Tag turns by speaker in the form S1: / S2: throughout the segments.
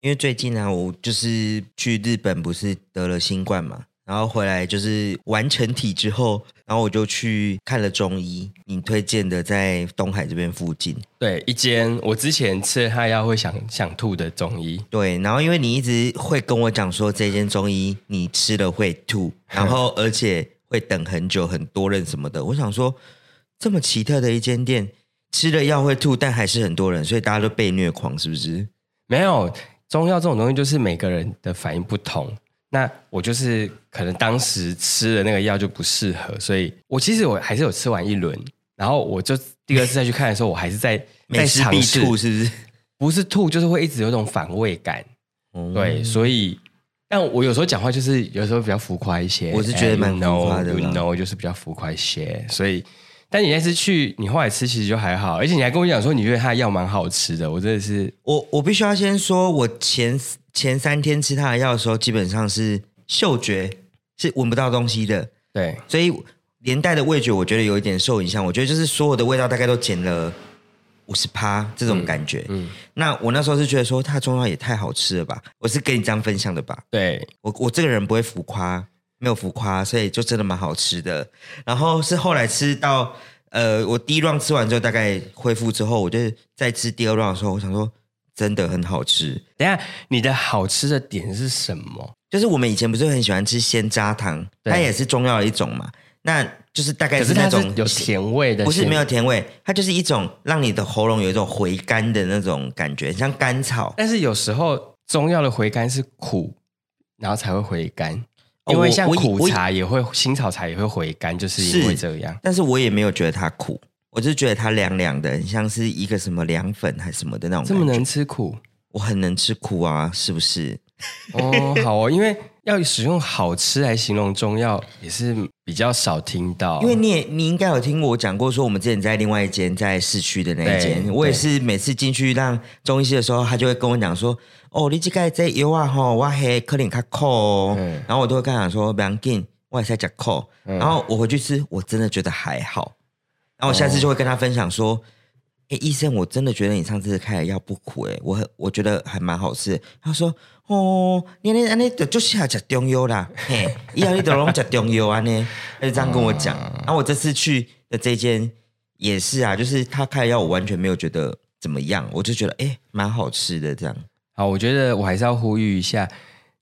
S1: 因为最近呢、啊我就是去日本，不是得了新冠嘛，然后回来就是完成体之后，然后我就去看了中医，你推荐的在东海这边附近。
S2: 对，一间我之前吃了他药会想想吐的中医，
S1: 对，然后因为你一直会跟我讲说这间中医你吃了会吐，然后 而且会等很久，很多人什么的。我想说，这么奇特的一间店，吃了药会吐，但还是很多人，所以大家都被虐狂，是不是？
S2: 没有中药这种东西，就是每个人的反应不同。那我就是可能当时吃的那个药就不适合，所以我其实我还是有吃完一轮，然后我就第二次再去看的时候，我还是 在在
S1: 每次
S2: 尝
S1: 必
S2: 试，
S1: 吐，是不是？
S2: 不是吐就是会一直有种反胃感。
S1: 哦
S2: 对，所以但我有时候讲话就是有时候比较浮夸一些，
S1: 我是觉得蛮浮夸的啦
S2: you know, you know，就是比较浮夸一些，所以。但你那次去，你后来吃其实就还好，而且你还跟我讲说你觉得它的药蛮好吃的，我真的是
S1: 我我必须要先说，我前前三天吃他的药的时候，基本上是嗅觉是闻不到东西的，
S2: 对
S1: 所以连带的味觉，我觉得有一点受影响。我觉得就是所有的味道大概都减了五十趴这种感觉。嗯，那我那时候是觉得说，它的中药也太好吃了吧？我是跟你这样分享的吧？
S2: 对，
S1: 我我这个人不会浮夸，没有浮夸，所以就真的蛮好吃的。然后是后来吃到呃，我第一 round 吃完之后，大概恢复之后，我就在吃第二 round 的时候，我想说真的很好吃。
S2: 等一下，你的好吃的点是什么？
S1: 就是我们以前不是很喜欢吃鲜渣糖，
S2: 对
S1: 它也是中药的一种嘛。那哎就是大概
S2: 可是
S1: 那
S2: 它是
S1: 种
S2: 有甜味的，
S1: 不是
S2: 咸
S1: 没有，甜味，它就是一种让你的喉咙有一种回甘的那种感觉，很像甘草。
S2: 但是有时候中药的回甘是苦，然后才会回甘，
S1: 哦
S2: 因
S1: 我
S2: 为像
S1: 我以
S2: 苦
S1: 我以
S2: 茶也会，新草茶也会回甘，就是因为
S1: 是
S2: 这样。
S1: 但是我也没有觉得它苦，我就觉得它凉凉的，很像是一个什么凉粉还是什么的那种
S2: 这么
S1: 感觉
S2: 能。吃苦
S1: 我很能吃苦啊，是不是？
S2: 哦，好哦，因为要使用好吃来形容中药也是比较少听到，
S1: 因为你也你应该有听我讲过，说我们之前在另外一间在市区的那一间
S2: 对，
S1: 我也是每次进去让中医师的时候，他就会跟我讲说：“哦，你这个这药啊吼，我黑可能较苦哦。
S2: 嗯
S1: 然后我都会跟他讲说：“不要紧，我也是在吃苦。
S2: 嗯
S1: 然后我回去吃，我真的觉得还好。然后我下次就会跟他分享说：“哎、医生，我真的觉得你上次开的药不苦哎、我很我觉得还蛮好吃的。他说：“哦，你那那就就是要吃中药 啦，嘿，以后你都拢吃中药啊呢。”他就这样跟我讲。然后我这次去的这间也是啊，就是他开的药我完全没有觉得怎么样，我就觉得哎蛮、好吃的这样。
S2: 好，我觉得我还是要呼吁一下，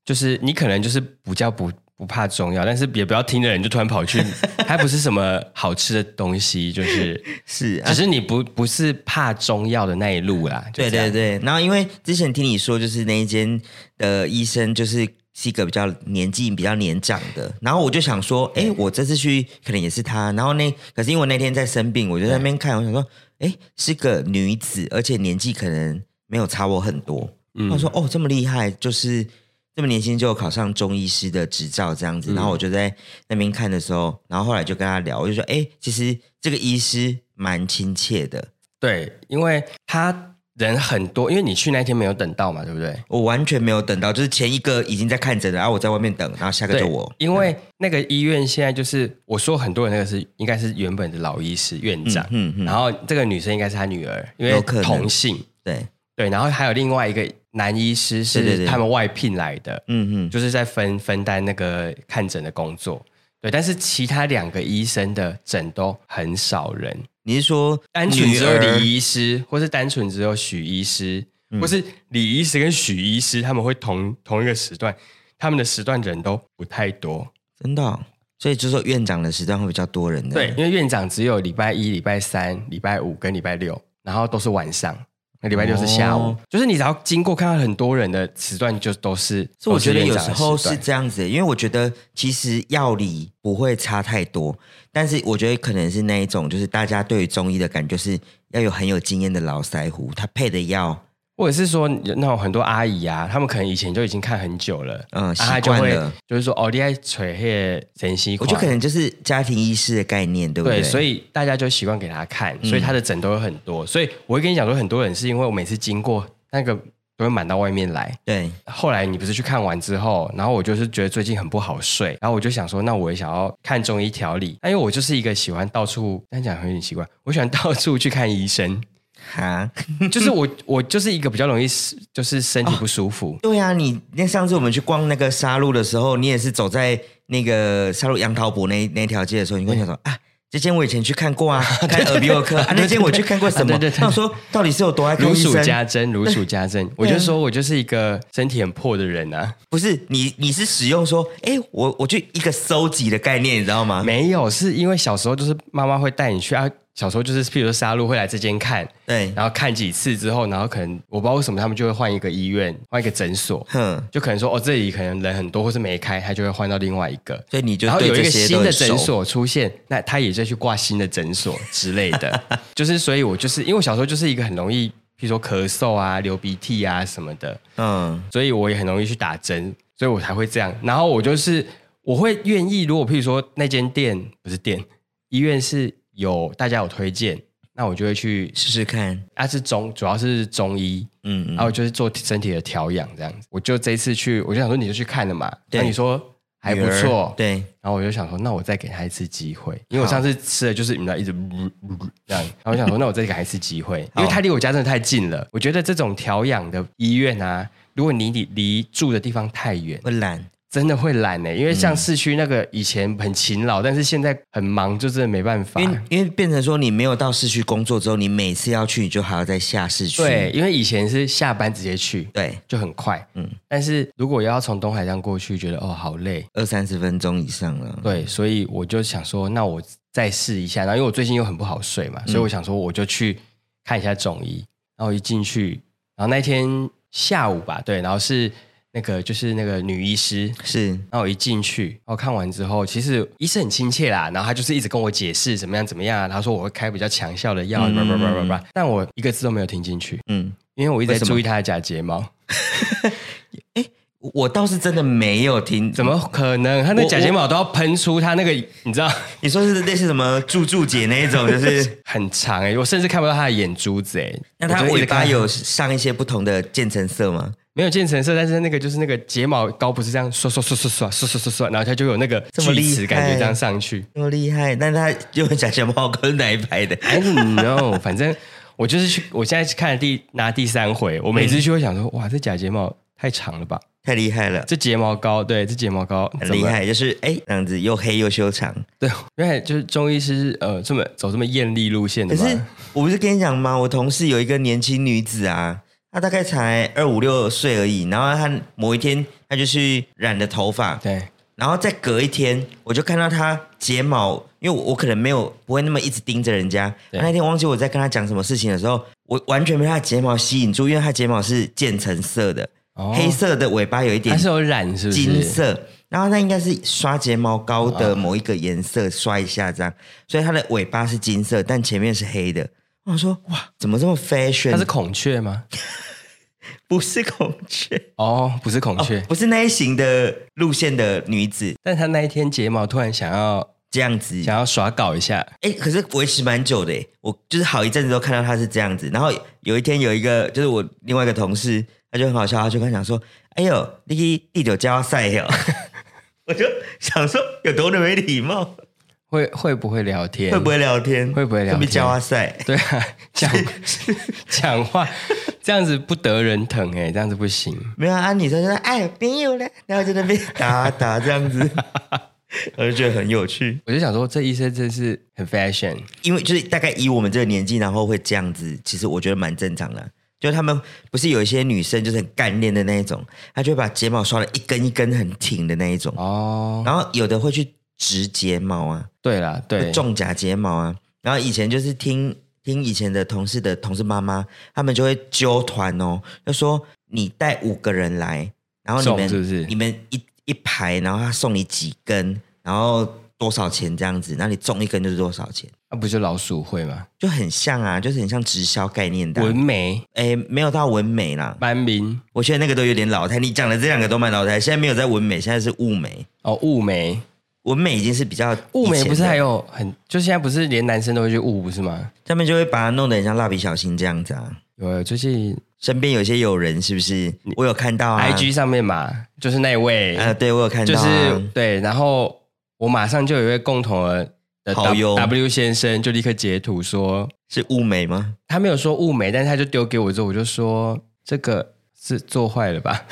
S2: 就是你可能就是不叫不不怕中药，但是也不要听的人就突然跑 去，它不是什么好吃的东西，就是
S1: 是啊
S2: 只，是你不不是怕中药的那一路啦。就
S1: 对
S2: 这样
S1: 对，对。然后因为之前听你说，就是那一间的医生就是是一个比较年纪比较年长的，然后我就想说，哎，我这次去可能也是他。然后那可是因为我那天在生病，我就在那边看，我想说，哎，是个女子，而且年纪可能没有差我很多。
S2: 嗯
S1: 他说，哦，这么厉害，就是。这么年轻就有考上中医师的执照这样子，然后我
S2: 嗯
S1: 就在那边看的时候，然后后来就跟他聊，我就说，哎、其实这个医师蛮亲切的，
S2: 对，因为他人很多，因为你去那天没有等到嘛，对不对？
S1: 我完全没有等到，就是前一个已经在看诊了，然后我在外面等，然后下个
S2: 对
S1: 就我，
S2: 因为那个医院现在就是我说很多人那个是应该是原本的老医师院长，
S1: 嗯嗯，
S2: 然后这个女生应该是他女儿，因为
S1: 有可能
S2: 同姓，
S1: 对，
S2: 对，然后还有另外一个男医师
S1: 对对
S2: 是
S1: 对
S2: 他们外聘来的，
S1: 嗯嗯，
S2: 就是在分分担那个看诊的工作。对，但是其他两个医生的诊都很少人，
S1: 你是说
S2: 单纯只有
S1: 女儿嗯
S2: 李医师，或是单纯只有许医师，或是李医师跟许医师，他们会同同一个时段，他们的时段人都不太多。
S1: 真的哦、所以就说院长的时段会比较多人的，
S2: 对，因为院长只有礼拜一、礼拜三、礼拜五跟礼拜六，然后都是晚上。那礼拜六是下午，
S1: 哦
S2: 就是你只要经过看到很多人的时段，就都是。
S1: 所以我觉得有时候
S2: 都
S1: 是
S2: 院长的时段
S1: 这样子，因为我觉得其实药理不会差太多，但是我觉得可能是那一种，就是大家对于中医的感觉就是要有很有经验的老腮胡，他配的药，
S2: 或者是说有那种很多阿姨啊，他们可能以前就已经看很久了，
S1: 嗯，
S2: 啊
S1: 习
S2: 她就
S1: 惯
S2: 会
S1: 了。
S2: 就是说哦，你爱吹黑神西
S1: 我
S2: 款，
S1: 觉得可能就是家庭医师的概念，对不嗯对？
S2: 对，所以大家就习惯给他看，所以他的诊都有很多。所以我会跟你讲说，很多人是因为我每次经过那个都会满到外面来，
S1: 对，
S2: 后来你不是去看完之后，然后我就是觉得最近很不好睡，然后我就想说，那我也想要看中哎医调理。那因为我就是一个喜欢到处，但讲有点奇怪，我喜欢到处去看医生，
S1: 哈，
S2: 就是我我就是一个比较容易就是身体不舒服，
S1: 对呀、啊，你那上次我们去逛那个沙路的时候，你也是走在那个沙路杨桃堡那那条街的时候，你跟我讲说啊，这间我以前去看 过啊，看耳鼻喉科啊，那间我去看过什么？
S2: 啊对对对
S1: 那我说到底是有多爱哦看
S2: 如
S1: 医
S2: 数
S1: 生？
S2: 家珍，如数 家珍。我就说我就是一个身体很破的人啊，
S1: 不是你，你是使用说，哎，我我就一个收集的概念，你知道吗？
S2: 没有，是因为小时候就是妈妈会带你去啊，小时候就是譬如说沙鹿会来这间看，
S1: 对，
S2: 然后看几次之后，然后可能我不知道为什么他们就会换一个医院，换一个诊所，
S1: 哼，
S2: 就可能说哦这里可能人很多或是没开，他就会换到另外一个。
S1: 所以你就
S2: 然后
S1: 对
S2: 有一
S1: 这
S2: 个
S1: 些
S2: 新
S1: 都
S2: 的
S1: 很
S2: 诊
S1: 熟，
S2: 所出现，那他也就去挂新的诊所之类的， 就是所以，我就是因为我小时候就是一个很容易，譬如说咳嗽啊、流鼻涕啊什么的，
S1: 嗯，
S2: 所以我也很容易去打针，所以我才会这样。然后我就是我会愿意，如果譬如说那间店不是店，医院是有大家有推荐，那我就会去。
S1: 试试看，
S2: 啊，是中主要是中医，
S1: 嗯
S2: 然
S1: 嗯，
S2: 后就是做身体的调养这样子。我就这一次去，我就想说你就去看了嘛，
S1: 对
S2: 那你说还不
S1: 女儿
S2: 错，
S1: 对，
S2: 然后我就想说，那我再给他一次机会，因为我
S1: 好
S2: 上次吃的就是你知道一直这样，然后我想说，那我再给他一次机会，因为他离我家真的太近了。我觉得这种调养的医院啊，如果你离离住的地方太远，
S1: 会懒，
S2: 真的会懒欸呢、因为
S1: 嗯
S2: 像市区那个以前很勤劳，但是现在很忙，就真的没办法。
S1: 因为因为变成说你没有到市区工作之后，你每次要去，你就还要再下市区，
S2: 对，因为以前是下班直接去，
S1: 对，
S2: 就很快。嗯
S1: 嗯，
S2: 但是如果要从东海站过去，觉得哦好累，
S1: 二三十分钟以上了，
S2: 对，所以我就想说，那我再试一下。然后因为我最近又很不好睡
S1: 嗯
S2: 嘛，所以我想说，我就去看一下中医。然后一进去，然后那天下午吧，对，然后是那个就是那个女医师。
S1: 是，
S2: 然后我一进去，然后看完之后，其实医生很亲切啦，然后他就是一直跟我解释怎么样怎么样啊，他说我会开比较强效的药，叭
S1: 嗯
S2: 叭叭叭叭，但我一个字都没有听进去，
S1: 嗯，
S2: 因为我一直在
S1: 为什么
S2: 注意他的假睫毛，
S1: 我我倒是真的没有听，
S2: 怎么可能？他那
S1: 我
S2: 假睫毛都要喷出他那个，你知道？
S1: 你说是类似什么柱柱姐那一种， 就是
S2: 很长哎、我甚至看不到他的眼珠子哎、欸。
S1: 那它
S2: 我就一直
S1: 尾巴
S2: 看
S1: 有上一些不同的渐层色吗？
S2: 没有渐层色？但是那个就是那个睫毛膏不是这样刷刷刷刷刷刷刷刷刷，然后它就有那个
S1: 这么
S2: 锯
S1: 厉
S2: 齿感觉
S1: 害
S2: 这样上去。
S1: 那么厉害，但它又假睫毛跟哪一排的？
S2: I don't know，反正我就是去，我现在去看了第拿第三回，我每次去会想说，哇，这假睫毛太长了吧？
S1: 太厉害了，
S2: 这睫毛膏，对，这睫毛膏
S1: 很
S2: 怎
S1: 厉
S2: 么？
S1: 害，就是哎，这样子又黑又修长。
S2: 对，因为就是中医师呃，这么走这么艳丽路线的
S1: 可
S2: 嘛。
S1: 是我不是跟你讲吗？我同事有一个年轻女子啊，她大概才二五六岁而已，然后她某一天她就去染了头发，
S2: 对，
S1: 然后再隔一天，我就看到她睫毛，因为我我可能没有不会那么一直盯着人家。
S2: 对
S1: 那天忘记我在跟她讲什么事情的时候，我完全被她的睫毛吸引住，因为她睫毛是渐层色的，
S2: 哦
S1: 黑色的尾巴有一
S2: 它
S1: 点
S2: 是有染是不是？
S1: 金色，然后那应该是刷睫毛膏的某一个颜色刷一下这样，所以它的尾巴是金色，但前面是黑的。我想说哇，怎么这么 fashion？
S2: 它是孔雀吗？
S1: 不是孔雀？
S2: 哦，不是孔
S1: 哦
S2: 雀，
S1: 不是那一型的路线的女子
S2: 但他那一天睫毛突然想要
S1: 这样子。
S2: 想要耍搞一下，
S1: 哎，可是维持蛮久的诶，我就是好一阵子都看到她是这样子。然后有一天有一个就是我另外一个同事，他就很好笑，他就跟我讲说：“哎呦，你去第九交赛哟。” 我就想说有多没礼貌。
S2: 会会不会聊天？
S1: 会不会聊天？
S2: 会不会聊天
S1: 会不会教哇塞？
S2: 对 啊，讲讲话这样子不得人疼哎、这样子不行。
S1: 没有啊，啊女生就说哎没有了，然后就在那边打啊打这样 子，我就觉得很有趣，
S2: 我就想说，这医生真是很 fashion，
S1: 因为就是大概以我们这个年纪，然后会这样子，其实我觉得蛮正常的。就他们不是有一些女生就是很干练的那一种，她就会把睫毛刷的一根一根很挺的那一种，
S2: 哦。
S1: 然后有的会去植睫毛啊，
S2: 对啦，对，
S1: 种假睫毛啊。然后以前就是听听以前的同事的同事妈妈，他们就会揪团哦，就说你带五个人来，然后你们
S2: 送是不是
S1: 你们一一排，然后他送你几根，然后多少钱这样子，然后你中一根就是多少钱，
S2: 啊那、不就老鼠会吗？
S1: 就很像啊，就是很像直销概念的啊、
S2: 文眉、
S1: 哎，没有到纹美啦，
S2: 斑明、
S1: 我觉得那个都有点老态。你讲的这两个都蛮老态，现在没有在纹美，现在是雾眉。
S2: 哦，雾眉，
S1: 纹美已经是比较
S2: 雾
S1: 以
S2: 眉
S1: 前
S2: 不是
S1: 的
S2: 还有很，就现在不是连男生都会去雾，不是吗？
S1: 他们就会把它弄得很像蜡笔小新这样子啊。
S2: 有啊，最近
S1: 身边有些友人是不是？我有看到啊
S2: IG 上面嘛，就是那一位，
S1: 啊，对我有看
S2: 就
S1: 到、啊，
S2: 是对，然后我马上就有一位共同的的
S1: 好友
S2: W 先生就立刻截图说
S1: 是物美吗？
S2: 他没有说物美，但是他就丢给我之后，我就说这个是做坏了吧？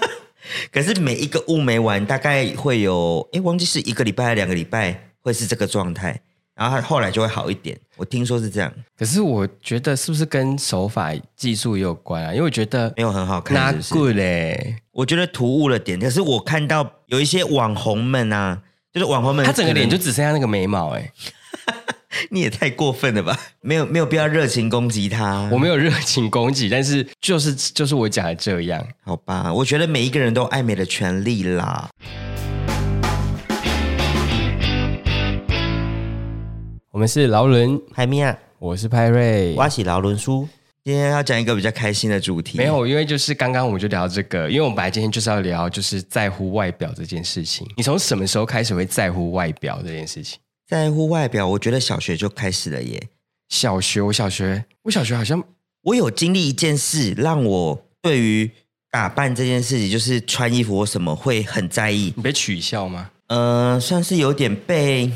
S1: 可是每一个物美完，大概会有哎，忘记是一个礼拜、两个礼拜会是这个状态，然后它后来就会好一点。我听说是这样，
S2: 可是我觉得是不是跟手法技术也有关啊？因为我觉得
S1: 没有很好看
S2: 那
S1: 是不是
S2: good 嘞、
S1: 我觉得突兀了点。可是我看到有一些网红们啊，就是网红们，
S2: 他整个脸就只剩下那个眉毛哎、
S1: 你也太过分了吧？没有没有必要热情攻击他，
S2: 我没有热情攻击，但是就是就是我讲的这样。
S1: 好吧？我觉得每一个人都有爱美的权利啦。
S2: 我们是劳伦，
S1: 海米亚，
S2: 我是派瑞。
S1: 挖起劳伦书，今天要讲一个比较开心的主题。
S2: 没，有，因为就是刚刚我们就聊这个，因为我们本来今天就是要聊就是在乎外表这件事情。你从什么时候开始会在乎外表这件事情？
S1: 在乎外表，我觉得小学就开始了耶。
S2: 小学，我小学，我小学好像
S1: 我有经历一件事，让我对于打扮这件事情，就是穿衣服或什么会很在意。
S2: 你被取笑吗？
S1: 呃，算是有点被，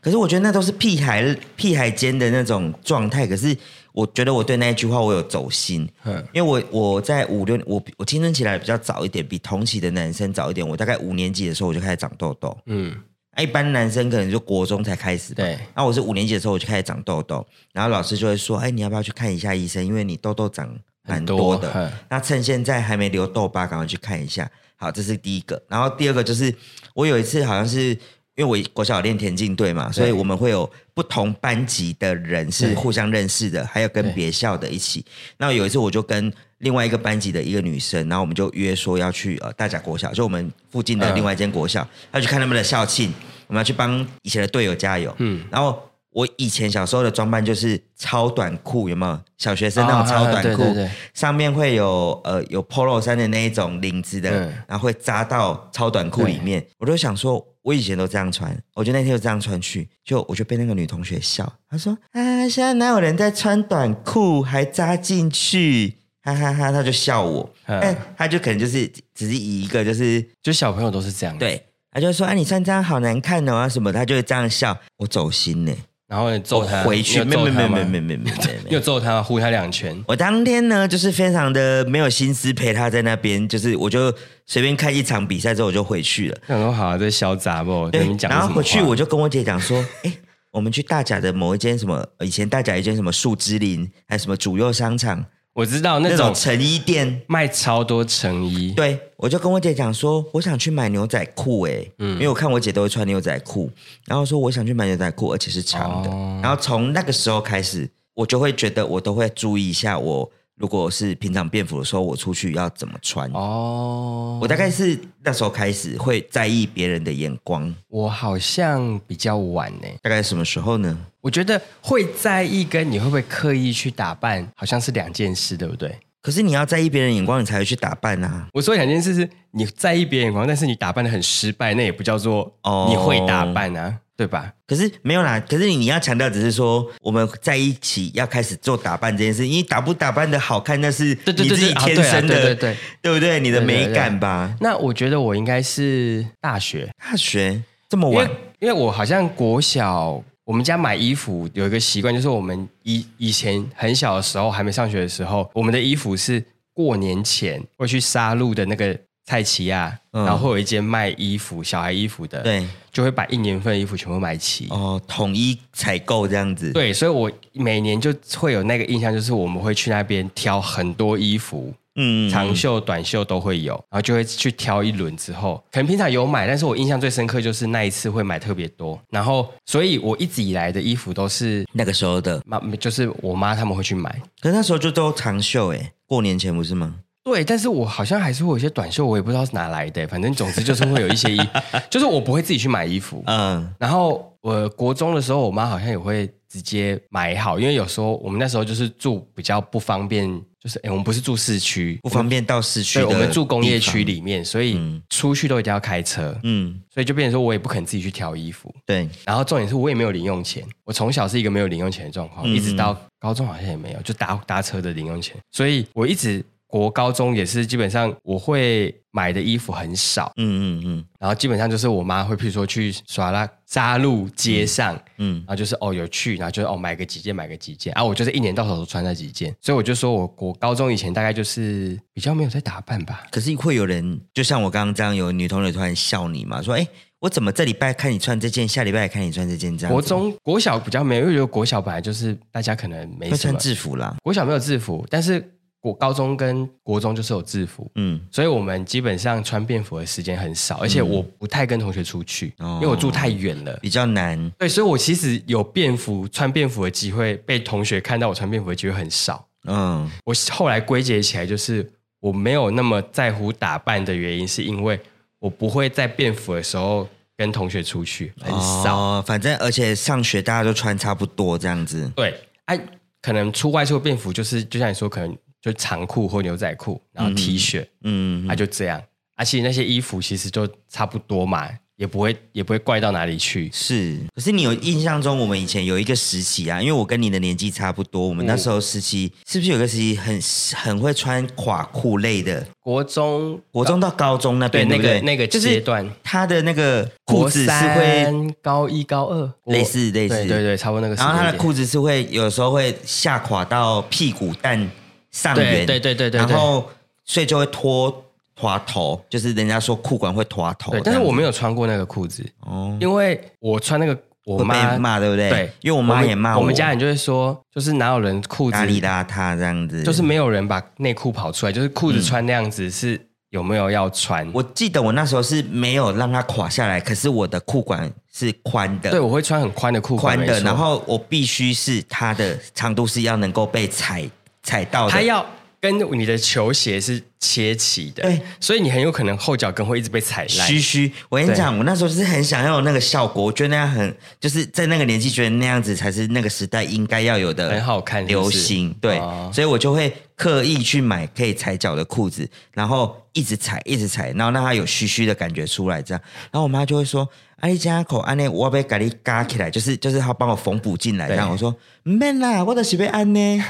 S1: 可是我觉得那都是屁孩屁孩间的那种状态。可是我觉得我对那一句话我有走心，
S2: 嗯，
S1: 因为我我在五六我我青春期来比较早一点，比同期的男生早一点。我大概五年级的时候我就开始长痘痘，
S2: 嗯，
S1: 啊一般男生可能就国中才开始吧。
S2: 对，
S1: 那我是五年级的时候我就开始长痘痘，然后老师就会说：“哎，你要不要去看一下医生？因为你痘痘长蛮多的。
S2: 嗯
S1: 那趁现在还没留痘疤，赶快去看一下。好，这是第一个。然后第二个就是，我有一次好像是因为我国小有练田径队嘛，所以我们会有不同班级的人是
S2: 对
S1: 互相认识的，还有跟别校的一起。那有一次我就跟另外一个班级的一个女生，然后我们就约说要去呃大甲国小，就我们附近
S2: 嗯
S1: 的另外一间国小，要去看他们的校庆，我们要去帮以前的队友加油。
S2: 嗯
S1: 嗯，然后。我以前小时候的装扮就是超短裤，有没有？小学生那种超短裤，
S2: 哦对对对
S1: 上面会有呃有 polo 衫的那一种领子的，
S2: 嗯
S1: 然后会扎到超短裤里面。我就想说，我以前都这样穿，我就那天就这样穿去，就我就被那个女同学笑，她说啊，现在哪有人在穿短裤还扎进去？哈哈哈她就笑我，
S2: 嗯
S1: 但她就可能就是只是以一个就是
S2: 就小朋友都是这样。，
S1: 对，她就说啊，你穿这样好难看哦啊什么，她就会这样笑，我走心呢、
S2: 然后你
S1: 我
S2: 揍他，
S1: 回去，
S2: 没
S1: 没没没
S2: 没没
S1: 没
S2: 没
S1: 没没
S2: 没，
S1: 没没
S2: 你有揍他吗？呼他两拳。
S1: 我当天呢，就是非常的没有心思陪他在那边，就是我就随便看一场比赛之后我就回去了。
S2: 想说好、啊，这小杂不？跟你讲
S1: 然
S2: 什
S1: 后
S2: 么
S1: 回去
S2: 话
S1: 我就跟我姐讲说，哎、我们去大甲的某一间什么，以前大甲有一间什么树枝林，还有什么主右商场
S2: 我知道那
S1: 那种
S2: 种
S1: 成衣店。
S2: 卖超多成衣，
S1: 对，我就跟我姐讲说，我想去买牛仔裤、欸，因为我看我姐都会穿牛仔裤，然后说我想去买牛仔裤，而且是长的。
S2: 哦
S1: 然后从那个时候开始，我就会觉得我都会注意一下我。如果是平常便服的时候，我出去要怎么穿？
S2: 哦，
S1: 我大概是那时候开始会在意别人的眼光，
S2: 我好像比较晚欸呢、
S1: 大概什么时候呢？
S2: 我觉得会在意跟你会不会刻意去打扮，好像是两件事，对不对？
S1: 可是你要在意别人眼光，你才会去打扮啊。
S2: 我说两件事是你在意别人眼光，但是你打扮的很失败，那也不叫做
S1: 哦
S2: 你会打扮啊，对吧？
S1: 可是没有啦，可是你要强调只是说我们在一起要开始做打扮这件事，因为打不打扮的好看那是
S2: 对对
S1: 你
S2: 对
S1: 自
S2: 对，
S1: 己
S2: 啊
S1: 天
S2: 对啊
S1: 生
S2: 对对
S1: 的，
S2: 对。
S1: 对不对？你的
S2: 对对
S1: 美
S2: 对
S1: 感吧。
S2: 那我觉得我应该是大学，
S1: 大学这么
S2: 因为
S1: 晚，
S2: 因为我好像国小，我们家买衣服有一个习惯，就是我们以以前很小的时候，还没上学的时候，我们的衣服是过年前会去沙鹿的那个菜奇亚，
S1: 嗯
S2: 然后会有一间卖衣服、小孩衣服的，，
S1: 对
S2: 就会把一年份的衣服全部买齐。
S1: 哦，统一采购这样子。
S2: 对，所以我每年就会有那个印象，就是我们会去那边挑很多衣服，
S1: 嗯，嗯
S2: 长袖、短袖都会有，然后就会去挑一轮之后，可能平常有买，但是我印象最深刻就是那一次会买特别多，然后所以我一直以来的衣服都是
S1: 那个时候的，
S2: 妈，就是我妈他们会去买。
S1: 可是那时候就都长袖诶、过年前不是吗？
S2: 对，但是我好像还是会有一些短袖，我也不知道是哪来的，反正总之就是会有一些衣， 就是我不会自己去买衣服。
S1: 嗯，
S2: 然后我国中的时候，我妈好像也会直接买好，因为有时候我们那时候就是住比较不方便，就是哎，我们不是住市区，
S1: 不方便到市区的，
S2: 对，我们住工业区。里面，所以
S1: 嗯
S2: 出去都一定要开车，
S1: 嗯，
S2: 所以就变成说我也不肯自己去挑衣服。
S1: 对，
S2: 然后重点是我也没有零用钱，我从小是一个没有零用钱的状况，
S1: 嗯
S2: 一直到高中好像也没有，就搭搭车的零用钱，所以我一直国高中也是基本上我会买的衣服很少，
S1: 嗯嗯
S2: 然后基本上就是我妈会，譬如说去耍啦沙路街上，
S1: 嗯
S2: 然后就是哦有去，然后就是哦买个几件买个几件，啊我就是一年到头都穿那几件，所以我就说我我高中以前大概就是比较没有在打扮吧，
S1: 可是会有人，就像我刚刚这样，有女同学突然笑你嘛，说：“哎，我怎么这礼拜看你穿这件，下礼拜也看你穿这件，这样子
S2: 国中国小比较没有，因为我觉得国小本来就是大家可能没
S1: 会
S2: 什
S1: 穿
S2: 么，
S1: 制服啦。
S2: 国小没有制服，但是国高中跟国中就是有制服”。
S1: 嗯，
S2: 所以我们基本上穿便服的时间很少，而且我不太跟同学出去，
S1: 哦
S2: 因为我住太远了。
S1: 比较难。
S2: 对，所以我其实有便服穿便服的机会，被同学看到我穿便服的机会很少。
S1: 嗯，
S2: 我后来归结起来，就是我没有那么在乎打扮的原因，是因为我不会在便服的时候跟同学出去，很少。
S1: 哦。反正而且上学大家都穿差不多这样子。
S2: 对，哎、可能出外出的便服就是，就像你说，可能就长裤或牛仔裤，然后 T 恤，
S1: 嗯，
S2: 啊，就这样。而且那些衣服其实就差不多嘛，也不会也不会怪到哪里去。
S1: 是，可是你有印象中，我们以前有一个时期啊，因为我跟你的年纪差不多，我们那时候时期、是不是有个时期很很会穿垮裤类的？
S2: 国中
S1: 国中到高中那
S2: 呃对
S1: 边，
S2: 那
S1: 不
S2: 个那个阶段，
S1: 他的那个裤子是
S2: 国
S1: 会，
S2: 三高一高二
S1: 类似
S2: 我
S1: 类似
S2: 对对对，差不多那个时
S1: 然
S2: 间
S1: 后他
S2: 点。
S1: 的裤子是会有时候会下垮到屁股蛋上
S2: 对
S1: 缘，
S2: 对对对对，
S1: 然
S2: 对
S1: 后所以就会拖垮头，就是人家说裤管会拖头哦这
S2: 对，
S1: 样子，
S2: 但是我没有穿过那个裤子，
S1: 哦
S2: 因为我穿那个我
S1: 会
S2: 妈
S1: 被骂对不对？
S2: 对，
S1: 因为我妈也骂
S2: 我们，我们家人就会说，就是哪有人裤子
S1: 邋里邋遢这样子，
S2: 就是没有人把内裤跑出来，就是裤子穿那样子是有没有要穿？
S1: 嗯我记得我那时候是没有让它垮下来，可是我的裤管是宽的，
S2: 对，我会穿很宽的裤管，
S1: 宽
S2: 没
S1: 的，
S2: 错
S1: 然后我必须是它的长度是要能够被踩踩到
S2: 它
S1: 的。
S2: 要跟你的球鞋是切齐的，
S1: 对，
S2: 所以你很有可能后脚跟会一直被踩烂
S1: 虚。虚，我跟你讲，我那时候就是很想要有那个效果，我觉得那样很，就是在那个年纪，觉得那样子才是那个时代应该要有的，
S2: 很好看是
S1: 流
S2: 不是
S1: 行。对，
S2: 哦
S1: 所以我就会刻意去买可以踩脚的裤子，然后一直踩，一直踩，然后让它有虚虚的感觉出来，这样。然后我妈就会说：“啊，你家口安内，我被咖喱嘎起来，就是就是她帮我缝补进来。”这样
S2: 对
S1: 我说：“没啦，我的是被安呢。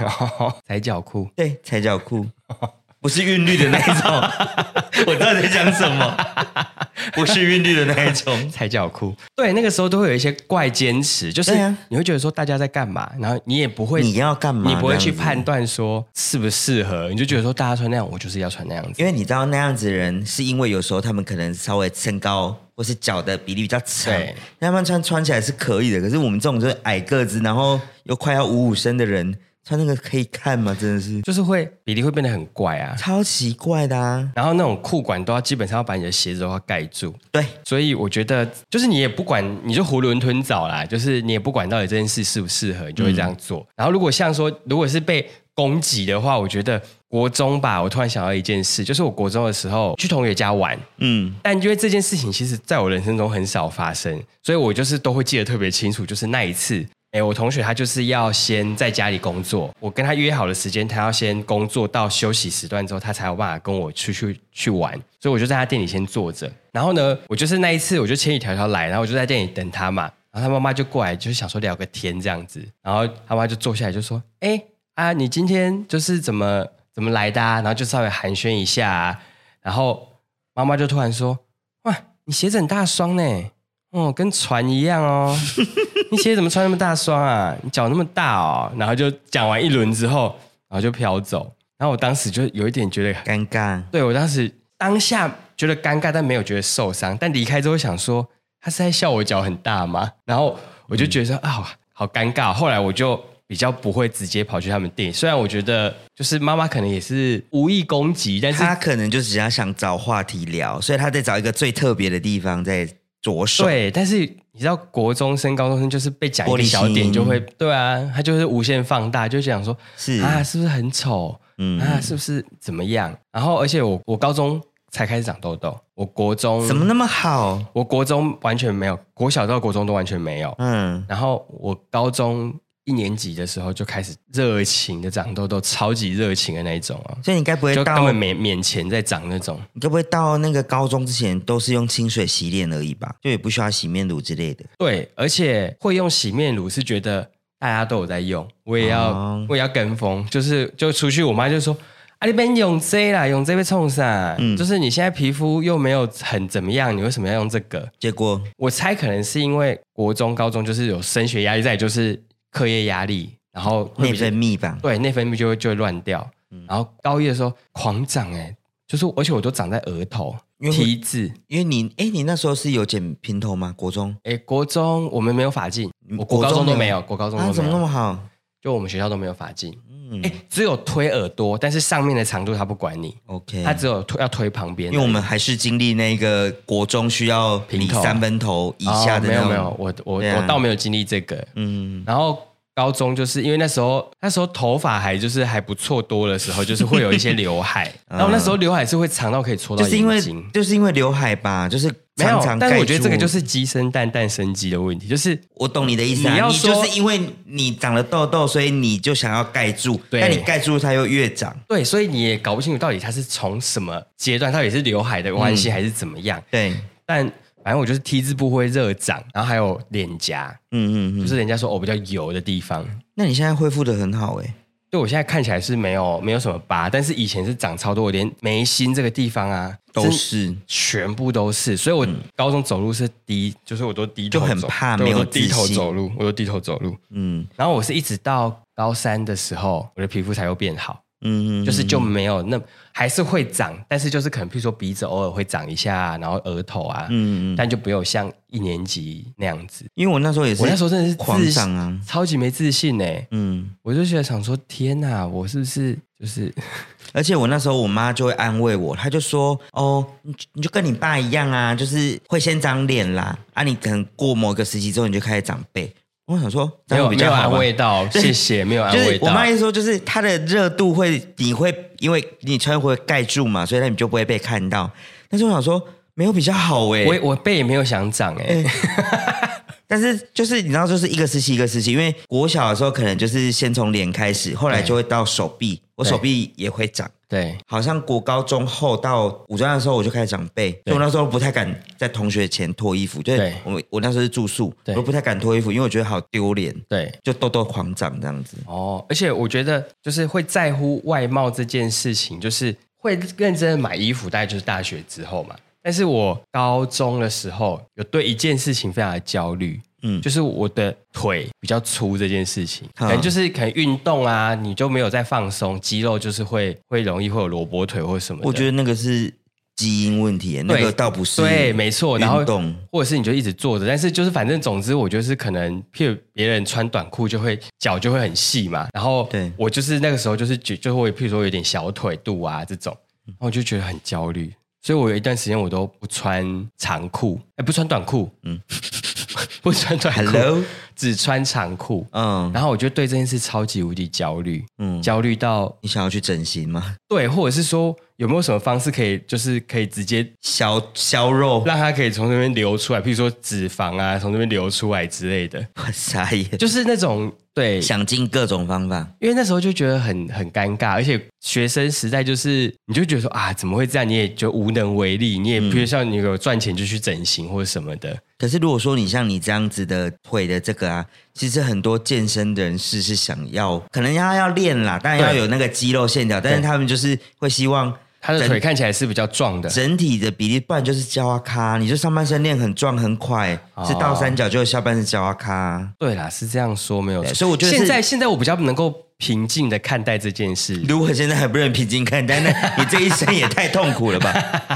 S2: 踩脚裤”，
S1: 对，哎踩脚裤。不是韵律的那一种， 我到底在讲什么？不是韵律的那一种，
S2: 踩脚裤，对，那个时候都会有一些怪坚持，就是
S1: 对啊
S2: 你会觉得说大家在干嘛，然后你也不会，
S1: 你要干嘛？
S2: 你不会
S1: 这
S2: 去
S1: 样子
S2: 判断说适不适合，你就觉得说大家穿那样，我就是要穿那样子。
S1: 因为你知道那样子的人，是因为有时候他们可能稍微身高或是脚的比例比较长
S2: 对，
S1: 那他们穿穿起来是可以的。可是我们这种就是矮个子，然后又快要五五身的人，穿那个可以看吗？真的是
S2: 就是会比例会变得很怪啊，
S1: 超奇怪的啊！
S2: 然后那种裤管都要基本上要把你的鞋子都要盖住，
S1: 对，
S2: 所以我觉得，就是你也不管，你就囫囵吞枣啦，就是你也不管到底这件事适不适合，你就会这样做。
S1: 嗯
S2: 然后如果像说，如果是被攻击的话，我觉得国中吧，我突然想到一件事，就是我国中的时候去同学家玩，
S1: 嗯，
S2: 但因为这件事情其实在我人生中很少发生，所以我就是都会记得特别清楚，就是那一次。哎，我同学他就是要先在家里工作，我跟他约好的时间，他要先工作到休息时段之后，他才有办法跟我出去去玩，所以我就在他店里先坐着。然后呢，我就是那一次，我就千里迢迢来，然后我就在店里等他嘛。然后他妈妈就过来，就是想说聊个天这样子。然后他妈就坐下来就说：“哎啊，你今天就是怎么怎么来的、啊？”然后就稍微寒暄一下、啊，然后妈妈就突然说：“哇，你鞋子很大双呢，哦，跟船一样哦。你鞋子怎么穿那么大双啊？你脚那么大哦。”然后就讲完一轮之后，然后就飘走。然后我当时就有一点觉得，
S1: 尴尬。
S2: 对我当时当下觉得尴尬，但没有觉得受伤。但离开之后想说，他是在笑我脚很大吗？然后我就觉得说、啊，好尴尬。后来我就。比较不会直接跑去他们店，虽然我觉得就是妈妈可能也是无意攻击，但是
S1: 他可能就只要想找话题聊，所以他在找一个最特别的地方在着手。
S2: 对，但是你知道，国中生、高中生就是被讲一
S1: 玻璃
S2: 个小点
S1: 心
S2: 就会，对啊，他就是无限放大，就想说
S1: 是
S2: 啊，是不是很丑？
S1: 嗯
S2: 啊，是不是怎么样？然后，而且我我高中才开始长痘痘，我国中
S1: 怎么那么好？
S2: 我国中完全没有，国小到国中都完全没有。
S1: 嗯，
S2: 然后我高中一年级的时候就开始热情的长痘痘，超级热情的那一种哦，
S1: 所以你该不会
S2: 就根
S1: 到
S2: 本免免钱在长那种。
S1: 你该不会到那个高中之前都是用清水洗脸而已吧？就也不需要洗面乳之类的。
S2: 对，而且会用洗面乳是觉得大家都有在用，我也要、
S1: 哦
S2: 我也要跟风，就是就出去，我妈就说啊，你边用这啦，用这被冲啥？
S1: 嗯
S2: 就是你现在皮肤又没有很怎么样，你为什么要用这个？
S1: 结果
S2: 我猜可能是因为国中、高中就是有升学压力，再来就是课业压力，然后会
S1: 内
S2: 比较
S1: 分泌吧，
S2: 对内分泌就会就会乱掉。
S1: 嗯
S2: 然后高一的时候狂长哎、就是而且我都长在额头、
S1: 因为
S2: 蹄子。
S1: 因为你哎，你那时候是有剪平头吗？国中
S2: 哎，国中我们没有发镜，我
S1: 嗯国
S2: 国高
S1: 中
S2: 中都
S1: 没
S2: 没
S1: 有
S2: 有，国高中
S1: 啊，
S2: 都
S1: 怎么
S2: 没
S1: 那
S2: 有，
S1: 么好？
S2: 就我们学校都没有发镜。
S1: 嗯
S2: 哎，只有推耳朵，但是上面的长度他不管你，
S1: ，OK，
S2: 他只有推要推旁边而
S1: 嗯
S2: 已。
S1: 因为我们还是经历那个国中需要理
S2: 平头
S1: 三分头以下的
S2: 哦没
S1: 那
S2: 有
S1: 种，
S2: 没有，我我
S1: 对啊
S2: 我倒没有经历这个。
S1: 嗯，
S2: 然后高中就是因为那时候那时候头发还就是还不错多的时候，就是会有一些刘 海，然后那时候刘海是会长到可以戳
S1: 嗯就
S2: 到
S1: 是因为
S2: 眼睛。
S1: 就是因为刘海吧，就是
S2: 没有
S1: 常常，。
S2: 但是我觉得这个就是是鸡生蛋，蛋生鸡的问题，就是
S1: 我懂你的意思、啊，
S2: 你要
S1: 你就
S2: 说
S1: 是因为你长了痘痘，所以你就想要盖住，
S2: 对
S1: 但你盖住它又越长，
S2: 对，所以你也搞不清楚到底它是从什么阶段，到底是刘海的关
S1: 嗯
S2: 系还是怎么样。
S1: 对，
S2: 但反正我就是 T 字部会热长，然后还有脸颊，
S1: 嗯嗯
S2: 就
S1: 嗯。
S2: 是人家说哦比较油的地方。
S1: 那你现在恢复的很好哎、
S2: 就我现在看起来是没有没有什么疤，但是以前是长超多，我连眉心这个地方啊
S1: 都
S2: 真
S1: 是嗯
S2: 全部都是，所以我高中走路是低，就是我都低头
S1: 就很
S2: 走
S1: 怕
S2: 对
S1: 没有
S2: 我都低头
S1: 自信
S2: 走路，我都低头走路。
S1: 嗯
S2: 然后我是一直到高三的时候，我的皮肤才又变好，
S1: 嗯，嗯
S2: 就是就没有那还是会长，但是就是可能譬如说鼻子偶尔会长一下，然后额头啊，
S1: 嗯嗯，
S2: 但就没有像一年级那样子。
S1: 因为我那时候也是，
S2: 我那时候真的是
S1: 狂
S2: 自
S1: 长啊，
S2: 超级没自信呢、欸
S1: 嗯，
S2: 我就觉得想说，天哪，我是不是就是
S1: 而且我那时候我妈就会安慰我，她就说：“哦，你就你就跟你爸一样啊，就是会先长脸啦，啊，你可能过某个时期之后你就开始长背。”我想说，这
S2: 没
S1: 样
S2: 有
S1: 比
S2: 没有
S1: 较好
S2: 安
S1: 吧。
S2: 慰到，
S1: 对
S2: 谢谢，没有安
S1: 就是
S2: 慰
S1: 我
S2: 到。
S1: 妈意思说，就是它的热度会，你会因为你穿会盖住嘛，所以那你就不会被看到。但是我想说，没有比较好哎、
S2: 我我背也没有想长哎、
S1: 但是就是你知道，就是一个时期一个时期，因为国小的时候可能就是先从脸开始，后来就会到手臂，我手臂也会长。
S2: 对，
S1: 好像国高中后到五专的时候，我就开始长背，所以我那时候不太敢在同学前脱衣服，就是
S2: 对
S1: 我我那时候是住宿，我
S2: 对
S1: 都不太敢脱衣服，因为我觉得好丢脸，
S2: 对，
S1: 就痘痘狂长这样子。
S2: 哦，而且我觉得就是会在乎外貌这件事情，就是会认真的买衣服，大概就是大学之后嘛。但是我高中的时候有对一件事情非常的焦虑，
S1: 嗯
S2: 嗯，就是我的腿比较粗这件事情，
S1: 嗯
S2: 可能就是可能运动啊，你就没有在放松，肌肉就是会会容易会有萝卜腿或什么的。
S1: 我觉得
S2: 得
S1: 那个是基因问题，那
S2: 对
S1: 个倒不是
S2: 对，没错。然后
S1: 运动。
S2: 或者是你就一直坐着，但是就是反正总之我就是可能，譬如别人穿短裤就会脚就会很细嘛，然后
S1: 对
S2: 我就是那个时候就是就就会譬如说有点小腿肚啊这种，
S1: 嗯
S2: 然后我就觉得很焦虑，所以我有一段时间我都不穿长裤，哎、不穿短裤，嗯， 不穿短裤
S1: Hello，
S2: 只穿长裤，
S1: 嗯
S2: 然后我就对这件事超级无敌焦虑，
S1: 嗯，
S2: 焦虑到
S1: 你想要去整形吗？
S2: 对，或者是说有没有什么方式可以就是可以直接
S1: 削削肉，
S2: 让它可以从那边流出来，譬如说脂肪啊，从那边流出来之类的，
S1: 我傻眼，
S2: 就是那种对，
S1: 想尽各种方法。
S2: 因为那时候就觉得很很尴尬，而且学生时代就是你就觉得说啊，怎么会这样？你也就无能为力，你也比如像你有赚钱就去整形或者什么嗯的，
S1: 可是如果说你像你这样子的腿的这个啊，其实很多健身人士是想要，可能他要练啦，当然要
S2: 对
S1: 有那个肌肉线条，但是他们就是会希望
S2: 他的
S1: 整
S2: 腿看起来是比较壮的，
S1: 整体的比例，不然就是交啊咖，你就上半身练很壮很快，
S2: 哦
S1: 是倒三角就下半身交啊咖。
S2: 对啦，是这样说没有
S1: 对
S2: 错。
S1: 所以我觉得是
S2: 现在现在我比较能够平静的看待这件事，
S1: 如果现在还不能平静看待，那你这一生也太痛苦了吧？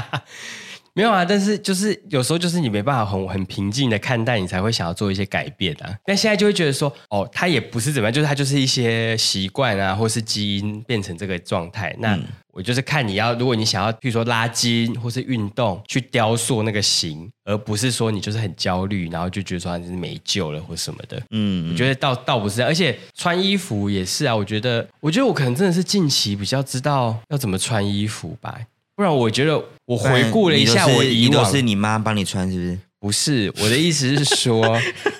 S2: 没有啊，但是就是有时候就是你没办法很很平静的看待，你才会想要做一些改变啊。但现在就会觉得说，哦，他也不是怎么样，就是他就是一些习惯啊，或是基因变成这个状态。那我就是看你要，如果你想要，譬如说拉筋或是运动，去雕塑那个形，而不是说你就是很焦虑，然后就觉得说你是没救了或什么的。我
S1: 嗯，
S2: 觉得倒倒不是这样，而且穿衣服也是啊。我觉得，我觉得我可能真的是近期比较知道要怎么穿衣服吧，不然我觉得我回顾了一下
S1: 你都
S2: 我
S1: 是你
S2: 以
S1: 都
S2: 往，
S1: 是你妈帮你穿是不是？
S2: 不是我的意思是 说，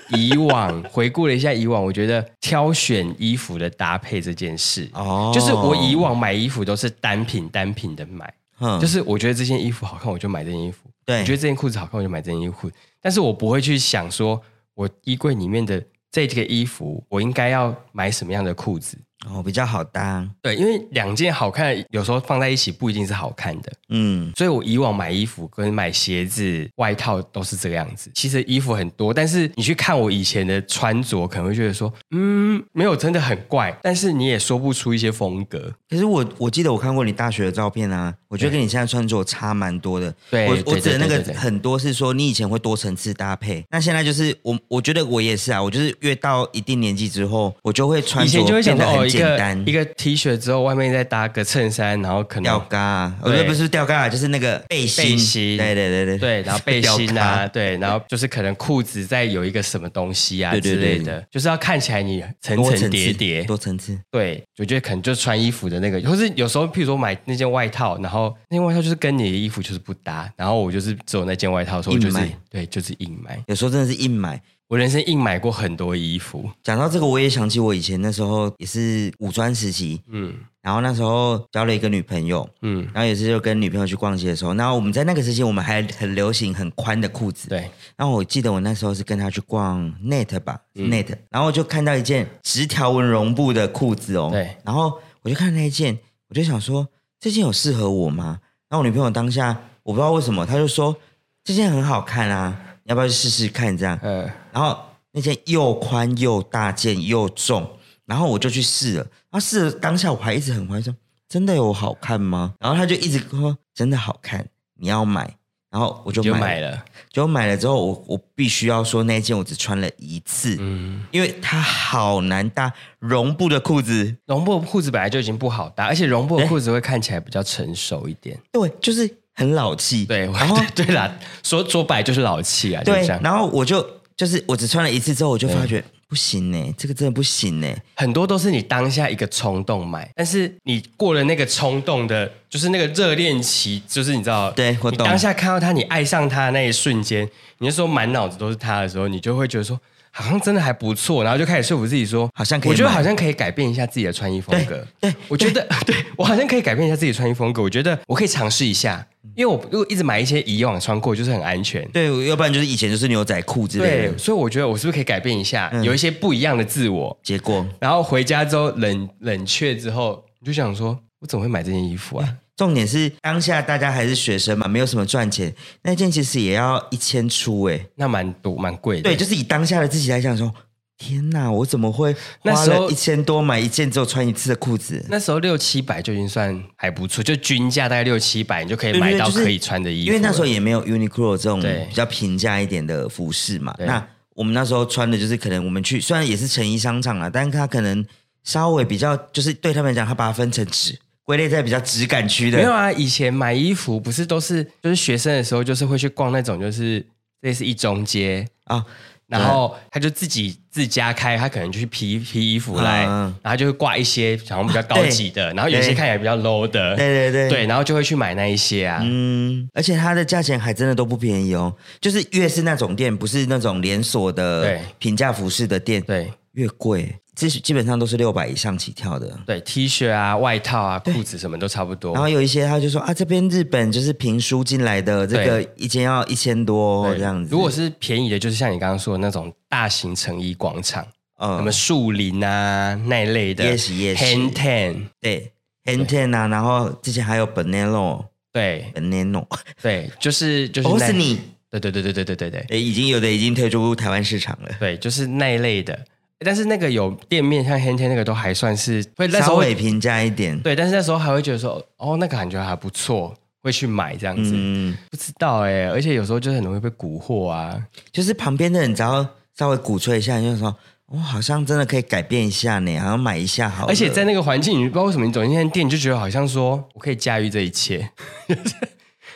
S2: 以往回顾了一下以往，我觉得挑选衣服的搭配这件事，
S1: 哦
S2: 就是我以往买衣服都是单品单品的买，
S1: 往
S2: 就是是我觉得这件衣服好看我就买这件衣服，
S1: 对
S2: 我觉得这件裤子好看，我就买这件衣服。但是我不会去想说，我衣柜里面的这个衣服，我应该要买什么样的裤子，
S1: 哦，比较好搭，
S2: 对，因为两件好看有时候放在一起不一定是好看的，
S1: 嗯，
S2: 所以我以往买衣服跟买鞋子、外套都是这个样子。其实衣服很多，但是你去看我以前的穿着，可能会觉得说，嗯，没有真的很怪，但是你也说不出一些风格。
S1: 可是我我记得我看过你大学的照片啊，我觉得跟你现在穿着差蛮多的。
S2: 对
S1: 我
S2: 对
S1: 我指的那
S2: 对对
S1: 个
S2: 对对
S1: 很多是说你以前会多层次搭配，那现在就是我我觉得我也是啊，我就是越到一定年纪之后，我就会穿
S2: 以
S1: 着
S2: 前就会
S1: 变
S2: 想
S1: 得
S2: 说，哦，
S1: 很
S2: 一
S1: 简
S2: 个
S1: 单
S2: 一。个 T 恤之后，外面再搭个衬衫，然后可
S1: 吊
S2: 能
S1: 嘎啊，我觉得
S2: 对
S1: 不是吊嘎啊，就是那个背心，
S2: 背心
S1: 对对对对
S2: 对，然后背心
S1: 吊
S2: 啊，
S1: 嘎
S2: 对，然后就是可能裤子再有一个什么东西啊
S1: 对对
S2: 之类
S1: 对
S2: 的，就是要看起来你层
S1: 多
S2: 层
S1: 层
S2: 叠
S1: 次
S2: 叠，
S1: 多层次，
S2: 对，我觉得可能就穿衣服的那个，或是有时候，譬如说买那件外套，然后那件外套就是跟你的衣服就是不搭，然后我就是只有那件外套，所以我就
S1: 硬
S2: 是
S1: 买
S2: 对，就是硬买。
S1: 有时候真的是硬买。
S2: 我人生硬买过很多衣服，
S1: 讲到这个，我也想起我以前那时候也是五专时期，
S2: 嗯
S1: 然后那时候交了一个女朋友，
S2: 嗯，
S1: 然后有一次就跟女朋友去逛街的时候，然后我们在那个时期我们还 很流行很宽的裤子。
S2: 对，
S1: 然后我记得我那时候是跟她去逛 Net 吧、n
S2: 嗯
S1: e t 然后我就看到一件直条纹绒布的裤子哦，
S2: 对，
S1: 然后我就看那一件，我就想说这件有适合我吗？然后我女朋友当下我不知道为什么，她就说这件很好看啊，你要不要去试试看这样？
S2: 嗯、
S1: 然后那件又宽又大件又重，然后我就去试了。然后试了当下我还一直很怀疑说，真的有好看吗？然后他就一直说真的好看，你要买。然后我就
S2: 你就
S1: 买了，
S2: 买了，
S1: 结果买了之后，我我必须要说那件我只穿了一次，
S2: 嗯，
S1: 因为它好难搭绒布的裤子。
S2: 绒布的裤子本来就已经不好搭，而且绒布的裤子会看起来比较成熟一点。
S1: 对，就是很老气。
S2: 对，
S1: 然后
S2: 对啦，说说白就是老气啊，就是
S1: 哦对
S2: 这，样。
S1: 然后我就就是我只穿了一次之后，我就发觉不行呢、欸这个真的不行呢、欸
S2: 很多都是你当下一个冲动买，但是你过了那个冲动的，就是那个热恋期，就是你知道，
S1: 对我
S2: 你
S1: 懂
S2: 当下看到它，你爱上它的那一瞬间，你就说满脑子都是它的时候，你就会觉得说好像真的还不错，然后就开始说服自己说，
S1: 好像可以
S2: 我觉得
S1: 买
S2: 好像可以改变一下自己的穿衣风格。
S1: 对对
S2: 我觉得对我好像可以改变一下自己的穿衣风格，我觉得我可以尝试一下，因为我如果一直买一些以往穿过，就是很安全。
S1: 对，要不然就是以前就是牛仔裤之类
S2: 对
S1: 的，。
S2: 所以我觉得我是不是可以改变一下，
S1: 嗯
S2: 有一些不一样的自我？
S1: 结果
S2: 然后回家之后冷冷却之后，你就想说，我怎么会买这件衣服啊？
S1: 重点是当下大家还是学生嘛，没有什么赚钱，那件其实也要一千出哎、
S2: 那蛮多蛮贵的。
S1: 对，就是以当下的自己来讲说，天哪，我怎么会
S2: 那
S1: 花
S2: 时候
S1: 了一千多买一件只有穿一次的裤子？
S2: 那时候六七百就已经算还不错，就均价大概六七百，你就可以买
S1: 对对对
S2: 到
S1: 就是
S2: 可以穿的衣服
S1: 因为那时候
S2: 了
S1: 也没有 Uniqlo 这种
S2: 对
S1: 比较平价一点的服饰嘛。
S2: 对
S1: 那我们那时候穿的就是可能我们去虽然也是成衣商场啦，啊但是它可能稍微比较就是对他们来讲，它把它分成质归类在比较质感区的。
S2: 没有啊，以前买衣服不是都是就是学生的时候，就是会去逛那种就是类似一中街。
S1: 啊，
S2: 然后他就自己自家开，他可能就去批批衣服来，
S1: 嗯
S2: 然后就会挂一些好像比较高级的，然后有一些
S1: 对
S2: 看起来比较 low 的，
S1: 对对对
S2: 对，然后就会去买那一些啊。
S1: 嗯，而且它的价钱还真的都不便宜哦。就是越是那种店，不是那种连锁的
S2: 对
S1: 平价服饰的店，
S2: 对，
S1: 越贵，这是基本上都是六百以上起跳的。
S2: 对，T 恤啊、外套啊、裤子什么都差不多
S1: 然。后有一些他就说啊，这边日本就是评书进来的，这个一件要一千多哦
S2: 对
S1: 这样子。
S2: 如果是便宜的，就是像你刚刚说的那种大型成衣广场，什
S1: 呃
S2: 么，树林啊那一类的。
S1: Yes, yes
S2: Hand Ten，
S1: 对 h a n t e n 啊，然后之前还有 Banano
S2: 对
S1: Banano，
S2: 对，就是就是
S1: 哦
S2: 那
S1: 是你，
S2: 对对对对对对对对
S1: 诶，已经有的已经退出台湾市场了，
S2: 对，就是那一类的。但是那个有店面，像 Hand Ten 那个都还算是会那时
S1: 稍
S2: 候
S1: 微平价一点。
S2: 对，但是那时候还会觉得说，哦，那个感觉还不错，会去买这样子。
S1: 嗯，
S2: 不知道哎、而且有时候就是很容易被蛊惑啊。
S1: 就是旁边的人只要稍微鼓吹一下，你就说，我、好像真的可以改变一下呢，好像买一下好了。
S2: 而且在那个环境，你不知道为什么你走进那间店，你就觉得好像说我可以驾驭这一切。